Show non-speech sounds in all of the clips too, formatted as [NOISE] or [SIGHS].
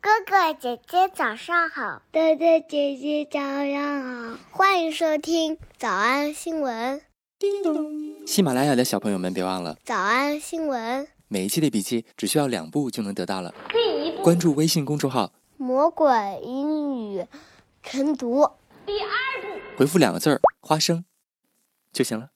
哥哥姐姐早上好，哥哥姐姐早上好，欢迎收听早安新闻。叮咚！喜马拉雅的小朋友们别忘了，早安新闻，每一期的笔记只需要两步就能得到了。第一步，关注微信公众号，魔鬼英语晨读。第二步，回复两个字儿“花生”就行了。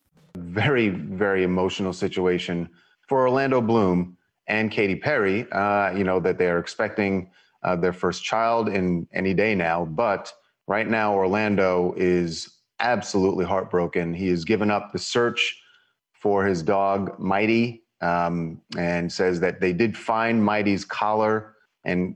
very, very emotional situation for Orlando Bloom and Katy Perry. Uh, you know, that they are expecting uh, their first child in any day now. But right now, Orlando is absolutely heartbroken. He has given up the search for his dog, Mighty, um, and says that they did find Mighty's collar. And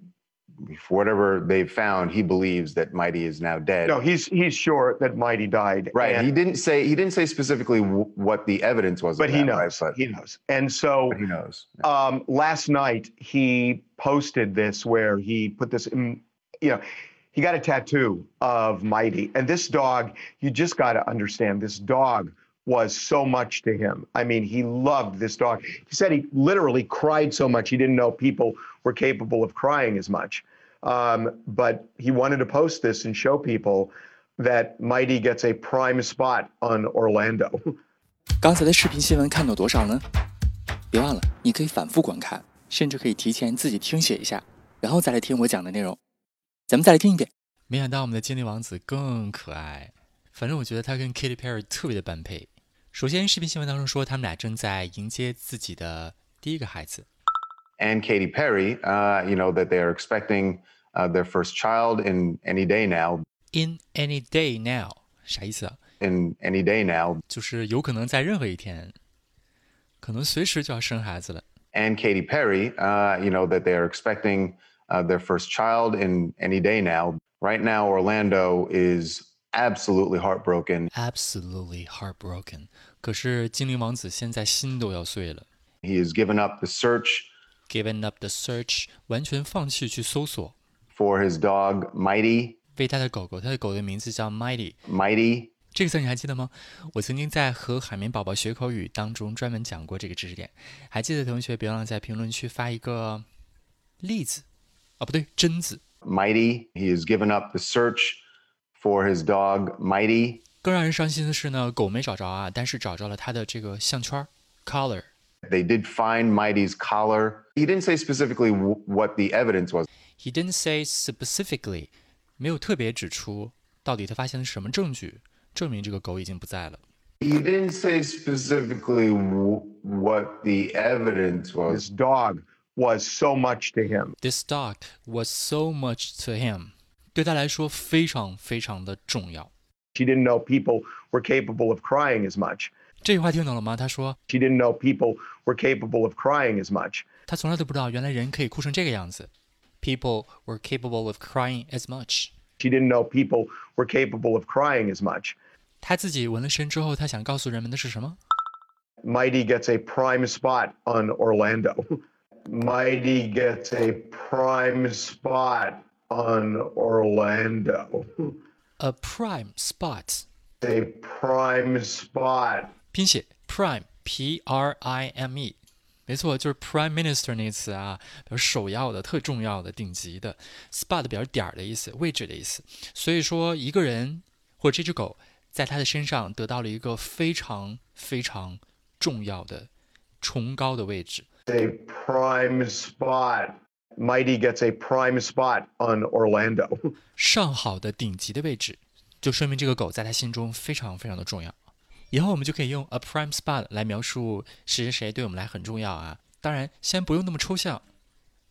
for whatever they found, he believes that Mighty is now dead. No, he's he's sure that Mighty died. Right. and- he didn't say he didn't say specifically w- what the evidence was, of but he that, right? knows. But he knows. And so but he knows. um, last night he posted this where he put this in, you know he got a tattoo of mighty and this dog you just got to understand this dog was so much to him i mean he loved this dog he said he literally cried so much he didn't know people were capable of crying as much um, but he wanted to post this and show people that mighty gets a prime spot on orlando 刚才的视频新闻看到多少呢？别忘了，你可以反复观看，甚至可以提前自己听写一下，然后再来听我讲的内容。咱们再来听一遍。没想到我们的精灵王子更可爱，反正我觉得他跟 Katy Perry 特别的般配。首先，视频新闻当中说他们俩正在迎接自己的第一个孩子， And Katy Perry, uh, you know that they are expecting uh, their first child in any day now. in any day now，啥意思啊？ In any day now. 就是有可能在任何一天，可能随时就要生孩子了。 And Katy Perry, uh, you know that they are expecting uh, their first child in any day now. Right now, Orlando is absolutely heartbroken. Absolutely heartbroken。可是精灵王子现在心都要碎了。 He has given up the search Given up the search，完全放弃去搜索， for his dog, Mighty. 为他的狗狗，他的狗的名字叫 Mighty。 Mighty 这个词你还记得吗？我曾经在和海绵宝宝学口语当中专门讲过这个知识点，还记得同学别忘了在评论区发一个例子，啊、不对，真字， Mighty. He has given up the search for his dog Mighty. 更让人伤心的是呢，狗没找着啊，但是找着了它的这个项圈儿 collar。 They did find Mighty's collar. He didn't say specifically w- what the evidence was, He didn't say specifically，没有特别指出到底他发现了什么证据证明这个狗已经不在了。 He didn't say specifically w- what the evidence this was. dog was so much to him This dog was so much to him，对他来说非常非常的重要。 She didn't know people were capable of crying as much. 这句话听懂了吗？他说 She didn't know people were capable of crying as much. 他从来都不知道，原来人可以哭成这个样子。People were capable of crying as much。 She didn't know people were capable of crying as much. 他自己纹了身之后，他想告诉人们的是什么？ Mighty gets a prime spot on Orlando. [LAUGHS] Mighty gets a prime spot on Orlando. [LAUGHS] A prime spot， A prime spot. 拼写 prime p r i m e，没错，就是 prime minister 那个词啊，比如首要的、特重要的、顶级的 spot 表示点儿的意思、位置的意思。所以说，一个人或者这只狗在他的身上得到了一个非常非常重要的、崇高的位置。 A prime spot. Mighty gets a prime spot on Orlando. [LAUGHS] 上好的顶级的位置，就说明这个狗在他心中非常非常的重要。以后我们就可以用 a prime spot 来描述谁谁谁对我们来很重要啊。当然，先不用那么抽象，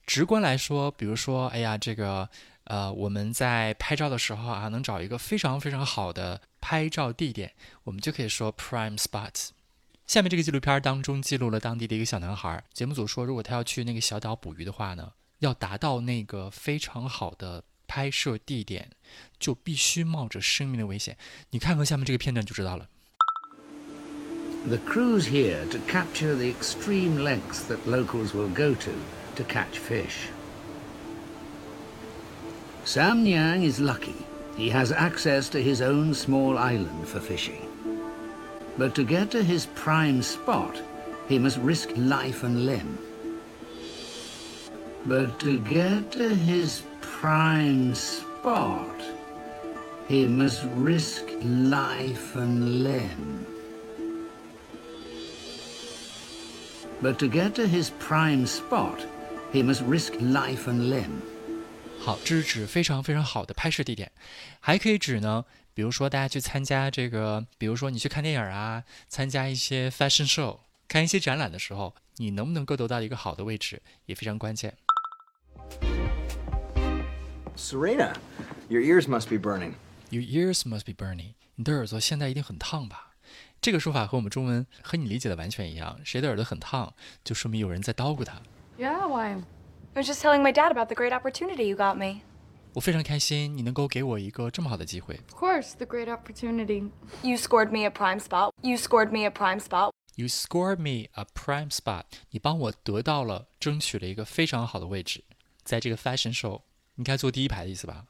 直观来说，比如说，哎呀，这个呃，我们在拍照的时候啊，能找一个非常非常好的拍照地点，我们就可以说 prime spot。下面这个纪录片当中记录了当地的一个小男孩。节目组说，如果他要去那个小岛捕鱼的话呢，要达到那个非常好的拍摄地点，就必须冒着生命的危险。你看看下面这个片段就知道了。 The crew's here to capture the extreme lengths that locals will go to to catch fish. Sam Nyang is lucky. He has access to his own small island for fishing. But to get to his prime spot, he must risk life and limb. But to get to his prime spot, he must risk life and limb. But to get to his prime spot, he must risk life and limb. 好，这是指非常非常好的拍摄地点，还可以指呢，比如说大家去参加这个，比如说你去看电影啊，参加一些 fashion show，看一些展览的时候，你能不能够得到一个好的位置也非常关键。 Serena, your ears must be burning. Your ears must be burning，你的耳朵现在一定很烫吧？这个说法和我们中文和你理解的完全一样，谁的耳朵很烫，就说明有人在叨咕他。 Yeah, why? I was just telling my dad about the great opportunity you got me. 我非常开心你能够给我一个这么好的机会， Of course, the great opportunity. [SIGHS] You scored me a prime spot. You scored me a prime spot. You scored me a prime spot，你帮我得到了，争取了一个非常好的位置，在这个 fashion show，应该坐第一排的意思吧？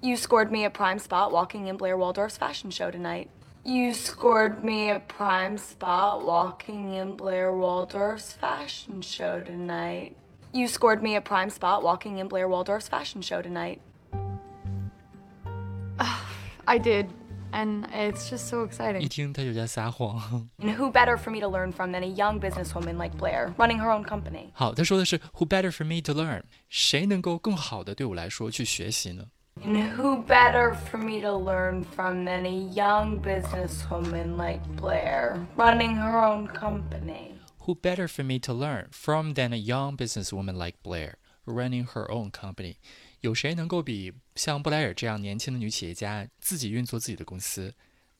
You scored me a prime spot walking in Blair Waldorf's fashion show tonight. You scored me a prime spot walking in Blair Waldorf's fashion show tonight. You scored me a prime spot walking in Blair Waldorf's fashion show tonight. I did, and it's just so 一 exciting. 听他就在撒谎。 [LAUGHS] And who better for me to learn from than a young businesswoman like Blair, running her own company? 好，他说的是 Who better for me to learn？谁能够更好的对我来说去学习呢？ And who better for me to learn from than a young businesswoman like Blair, running her own company? Who better for me to learn from than a young businesswoman like Blair running her own company？有谁能够比像布莱尔这样年轻的女企业家自己运作自己的公司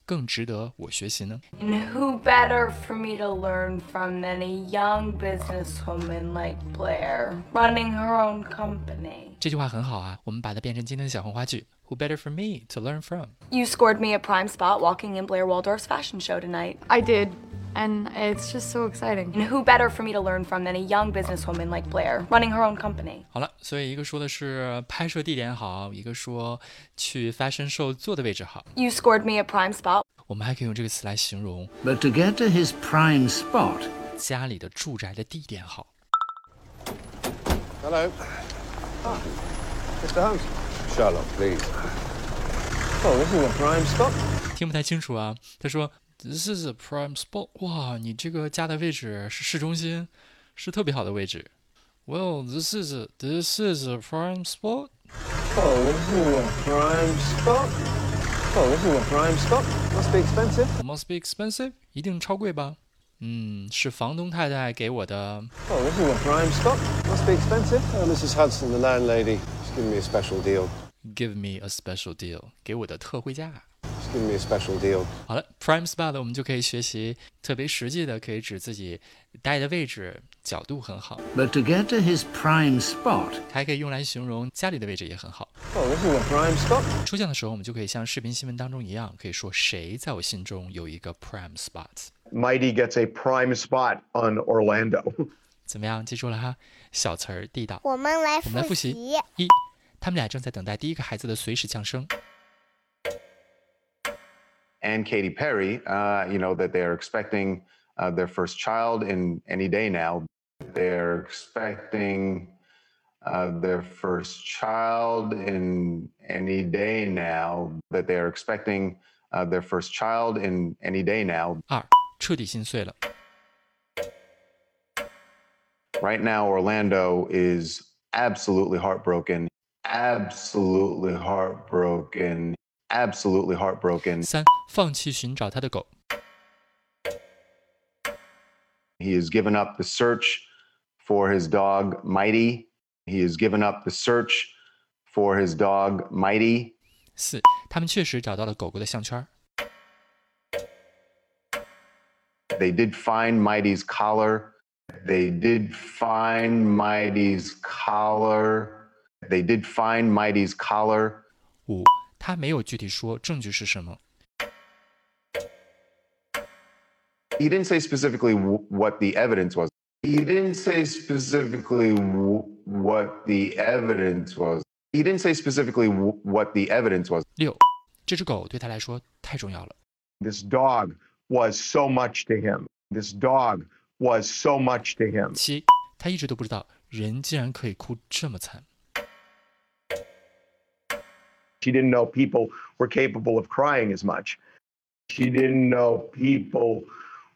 更值得我学习呢？ And who better for me to learn from than a young businesswoman like Blair, running her own company? 这句话很好啊，我们把它变成今天的小红花句。Who better for me to learn from？ You scored me a prime spot walking in Blair Waldorf's fashion show tonight. I did, and it's just so exciting. And who better for me to learn from than a young businesswoman like Blair, running her own company? 好了，所以一个说的是拍摄地点好，一个说去 fashion show 坐的位置好。 You scored me a prime spot 我们还可以用这个词来形容 But to get to his prime spot, 家里的住宅的地点好。 Hello. Mr. Holmes. Sherlock, please. Oh, this is a prime spot. 听不太清楚啊，他说 This is a prime spot。哇，你这个家的位置是市中心，是特别好的位置。Well, this is a, this is a prime spot。 Oh, this is a prime spot. Oh, this is a prime spot. Must be expensive. Must be expensive，一定超贵吧？嗯，是房东太太给我的。 Oh, this is a prime spot. Must be expensive. Oh, Mrs. Hudson, the landlady. She's giving me a special deal. Give me a special deal，给我的特惠价。 She's giving me a special deal. 好了，prime spot 我们就可以学习特别实际的，可以指自己待的位置、角度很好， but to get to his prime spot, 还可以用来形容家里的位置也很好。 Oh, this is a prime spot. 抽奖的时候，我们就可以像视频新闻当中一样，可以说谁在我心中有一个 prime spot。 Mighty gets a prime spot on Orlando. [LAUGHS] 怎么样，记住了哈？小词儿地道。我们来我们来复复习习。一，他们俩正在等待第一个孩子的随时降生。 and Katy Perry, uh, you know, that they're expecting uh, their first child in any day now. They're expecting uh, their first child in any day now. That they're expecting uh, their first child in any day now. 二，彻底心碎了。 Right now, Orlando is absolutely heartbroken, absolutely heartbroken, absolutely heartbroken. 三，放弃寻找他的狗。 He has given up the search for his dog Mighty. He has given up the search for his dog Mighty. 四，他们确实找到了狗狗的项圈儿。 They did find Mighty's collar. They did find Mighty's collar. They did find Mighty's collar. 五，他没有具体说证据是什么。 He didn't say specifically w- what the evidence was. He didn't say specifically w- what the evidence was. He didn't say specifically w- what the evidence was. 六，这只狗对他来说太重要了。 This dog was so much to him. This dog was so much to him. 七，他一直都不知道人竟然可以哭这么惨。 She didn't know people were capable of crying as much. She didn't know people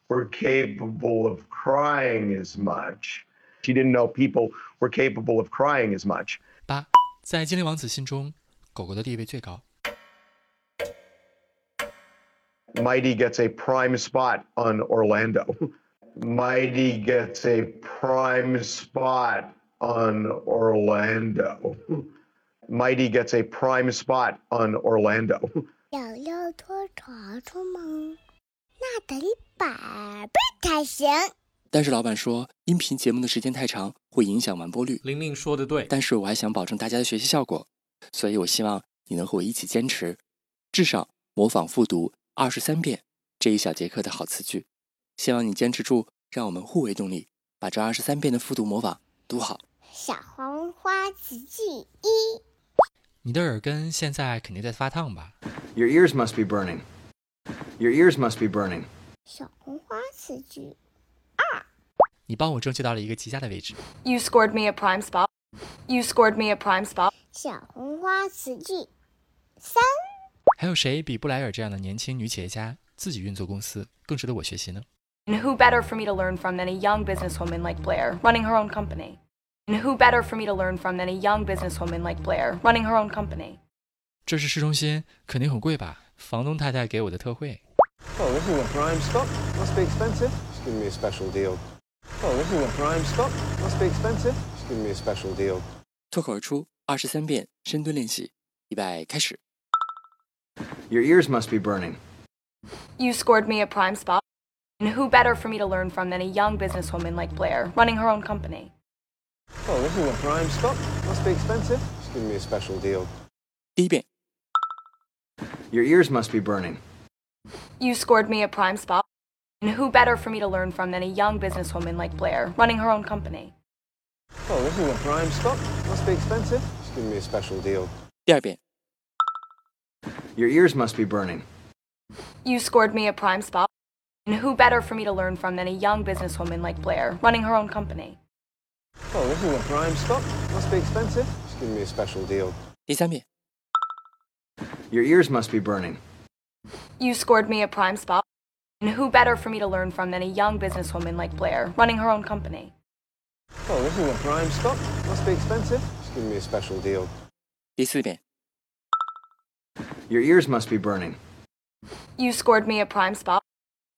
were capable of crying as much. She didn't know people were capable of crying as much. 八，在精灵王子心中，狗狗的地位最高。 Mighty gets a prime spot on Orlando. [LAUGHS] Mighty gets a prime spot on Orlando. [LAUGHS] Mighty gets a prime spot on Orlando. [LAUGHS] 想要脱床床吗？那得一百倍才行。但是老板说，音频节目的时间太长，会影响完播率。玲玲说的对，但是我还想保证大家的学习效果，所以我希望你能和我一起坚持，至少模仿复读二十三遍这一小节课的好词句。希望你坚持住，让我们互为动力，把这二十三遍的复读模仿读好。小黄花词句一，你的耳根现在肯定在发烫吧？ Your ears must be burning. Your ears must be burning. 小红花词句。你帮我争取到了一个极佳的位置。 You scored me a prime spot. You scored me a prime spot. 小红花词句三，还有谁比布莱尔这样的年轻女企业家自己运作公司更值得我学习呢？ And who better for me to learn from than a young businesswoman like Blair, running her own company? And who better for me to learn from than a young businesswoman like Blair, running her own company? 这是市中心，肯定很贵吧？房东太太给我的特惠。 Oh, this is a prime spot. Must be expensive. She's giving me a special deal. Oh, this is a prime spot. Must be expensive. She's giving me a special deal. 脱口而出二十三遍深蹲练习，预备开始。 Your ears must be burning. You scored me a prime spot. And who better for me to learn from than a young businesswoman like Blair, running her own company? Oh, this is a prime spot. Must be expensive. She's giving me a special deal. 第一遍， Your ears must be burning. You scored me a prime spot. And who better for me to learn from than a young businesswoman like Blair, running her own company? Oh, this is a prime spot. Must be expensive. She's giving me a special deal. 第二遍， Your ears must be burning. You scored me a prime spot. And who better for me to learn from than a young businesswoman like Blair, running her own company? Oh, this is a prime spot. Must be expensive. She's giving me a special deal. 第三遍， Your ears must be burning. You scored me a prime spot. And who better for me to learn from than a young businesswoman like Blair, running her own company? Oh, this is a prime spot. Must be expensive. She's giving me a special deal. 第四遍， Your ears must be burning. You scored me a prime spot.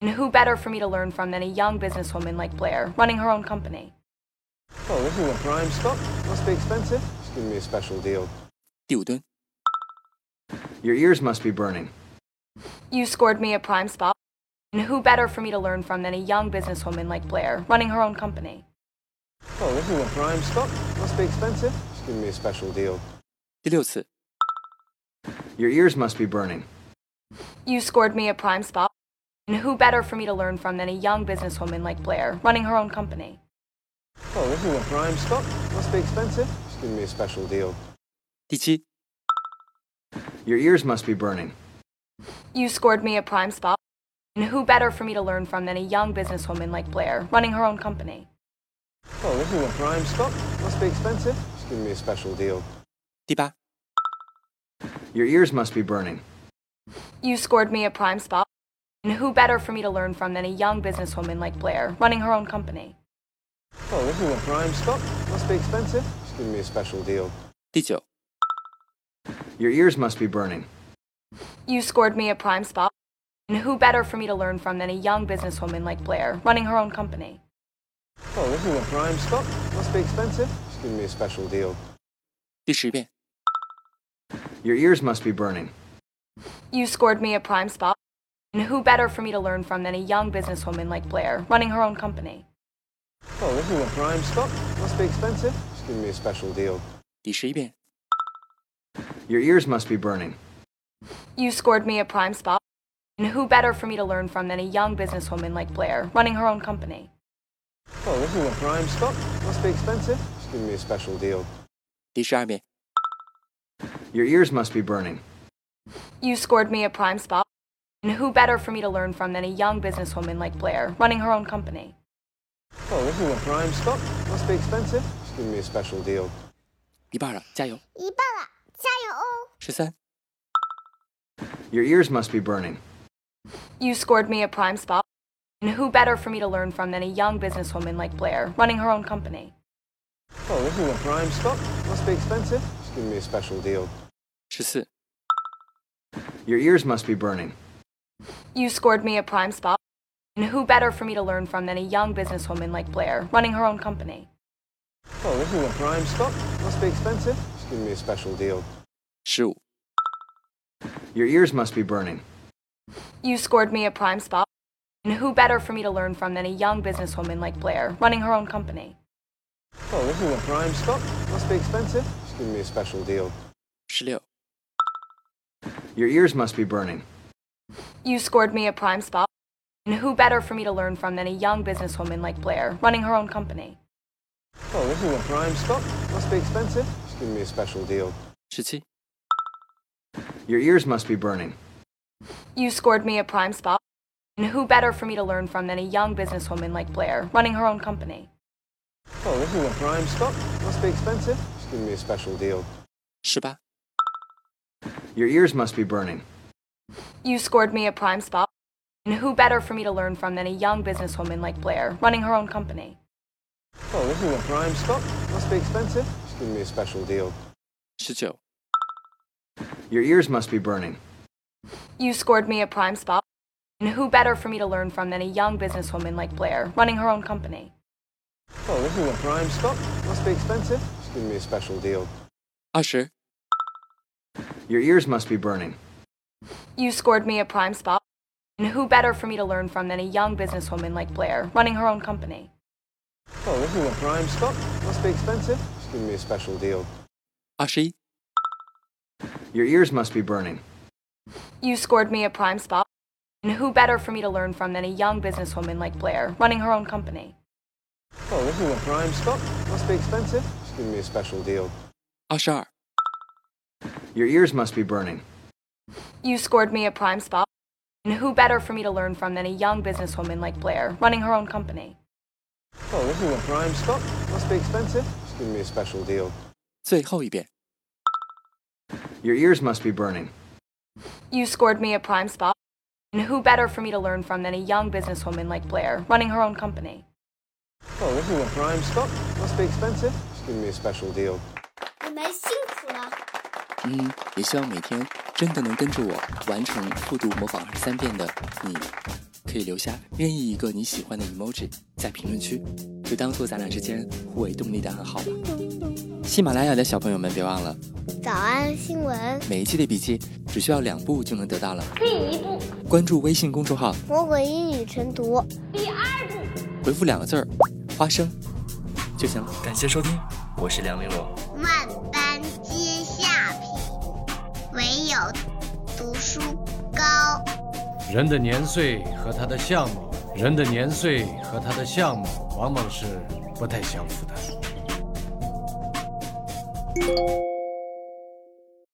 And who better for me to learn from than a young businesswoman like Blair, running her own company? Oh, this is a prime spot. Must be expensive. She's giving me a special deal. 第五蹲， Your ears must be burning. You scored me a prime spot. And who better for me to learn from than a young businesswoman like Blair, running her own company? Oh, this is a prime spot. Must be expensive. She's giving me a special deal. 第六次， Your ears must be burning. You scored me a prime spot. And who better for me to learn from than a young businesswoman like Blair, running her own company? Oh, this is a prime spot. Must be expensive. She's giving me a special deal. 第七， Your ears must be burning. You scored me a prime spot. And who better for me to learn from than a young businesswoman like Blair, running her own company? Oh, this is a prime spot. Must be expensive. She's giving me a special deal. 第八， Your ears must be burning. You scored me a prime spot. And who better for me to learn from than a young businesswoman like Blair, running her own company? Oh, this is a prime spot. Must be expensive. She's giving me a special deal. 第九， Your ears must be burning. You scored me a prime spot. And who better for me to learn from than a young businesswoman like Blair, running her own company? Oh, this is a prime spot. Must be expensive. She's giving me a special deal. 第十遍， Your ears must be burning. You scored me a prime spot. And who better for me to learn from than a young businesswoman like Blair, running her own company? Oh, this is a prime spot. Must be expensive. She's giving me a special deal. 第十一遍， Your ears must be burning. You scored me a prime spot. And who better for me to learn from than a young businesswoman like Blair, running her own company? Oh, this is a prime spot. Must be expensive. She's giving me a special deal. 第十二遍， Your ears must be burning. You scored me a prime spot. And who better for me to learn from than a young businesswoman like Blair, running her own company? Oh, this is a prime spot. Must be expensive. She's giving me a special deal. 一半了，加油！一半了，加油哦！十三、 Your ears must be burning. You scored me a prime spot. And who better for me to learn from than a young businesswoman like Blair, running her own company? Oh, this is a prime stock. Must be expensive. Just give me a special deal. 十四、 Your ears must be burning. You scored me a prime spot. And who better for me to learn from than a young businesswoman like Blair, running her own company? Oh, this is a prime stock. Must be expensive. Just give me a special deal. 十五、 Your ears must be burning. You scored me a prime spot. And who better for me to learn from than a young businesswoman like Blair, running her own company? Oh, this is a prime stock. Must be expensive. Just give me a special deal. 十六、 Your ears must be burning. You scored me a prime spot. And who better for me to learn from than a young businesswoman like Blair, running her own company? Oh, this is a prime stock. Must be expensive. Just give me a special deal. 十七、 Your ears must be burning. You scored me a prime spot. And who better for me to learn from than a young businesswoman like Blair, running her own company? Oh, this is a prime stock. Must be expensive. Just give me a special deal. 十八、 Your ears must be burning. You scored me a prime spot. And who better for me to learn from than a young businesswoman like Blair, running her own company? Oh, this is a prime stock. Must be expensive. Just give me a special deal. 十九、 Your ears must be burning. You scored me a prime spot. And who better for me to learn from than a young businesswoman like Blair, running her own company? Oh, this is a prime stock. Must be expensive. Just give me a special deal. 二十、 Your ears must be burning. You scored me a prime spot. And who better for me to learn from than a young businesswoman like Blair, running her own company? Oh, this is a prime stock. Must be expensive. Just give me a special deal. 二十一、 Your ears must be burning. You scored me a prime spot. And who better for me to learn from than a young businesswoman like Blair, running her own company? Oh, this is a prime stock. Must be expensive. Just give me a special deal. 二十二、 Your ears must be burning. You scored me a prime spot. And who better for me to learn from than a young businesswoman like Blair, running her own company? Oh, this is a prime stock. Must be expensive. Just give me a special deal. 最后一遍。 Your ears must be burning. You scored me a prime spot. And who better for me to learn from than a young businesswoman like Blair, running her own company? Oh, this is a prime stock. Must be expensive. Just give me a special deal. 你们辛苦了。嗯，也希望每天真的能跟着我完成复读模仿二十三遍的你，可以留下任意一个你喜欢的 emoji 在评论区，就当做咱俩之间互为动力的暗号吧。喜马拉雅的小朋友们，别忘了早安新闻，每一期的笔记只需要两步就能得到了。第一步关注微信公众号，魔鬼英语晨读，第二步回复两个字儿“花生”就行了。感谢收听，我是梁玲珑。万般皆下品，唯有读书高。人的年岁和他的相貌，人的年岁和他的相貌往往是不太相符的。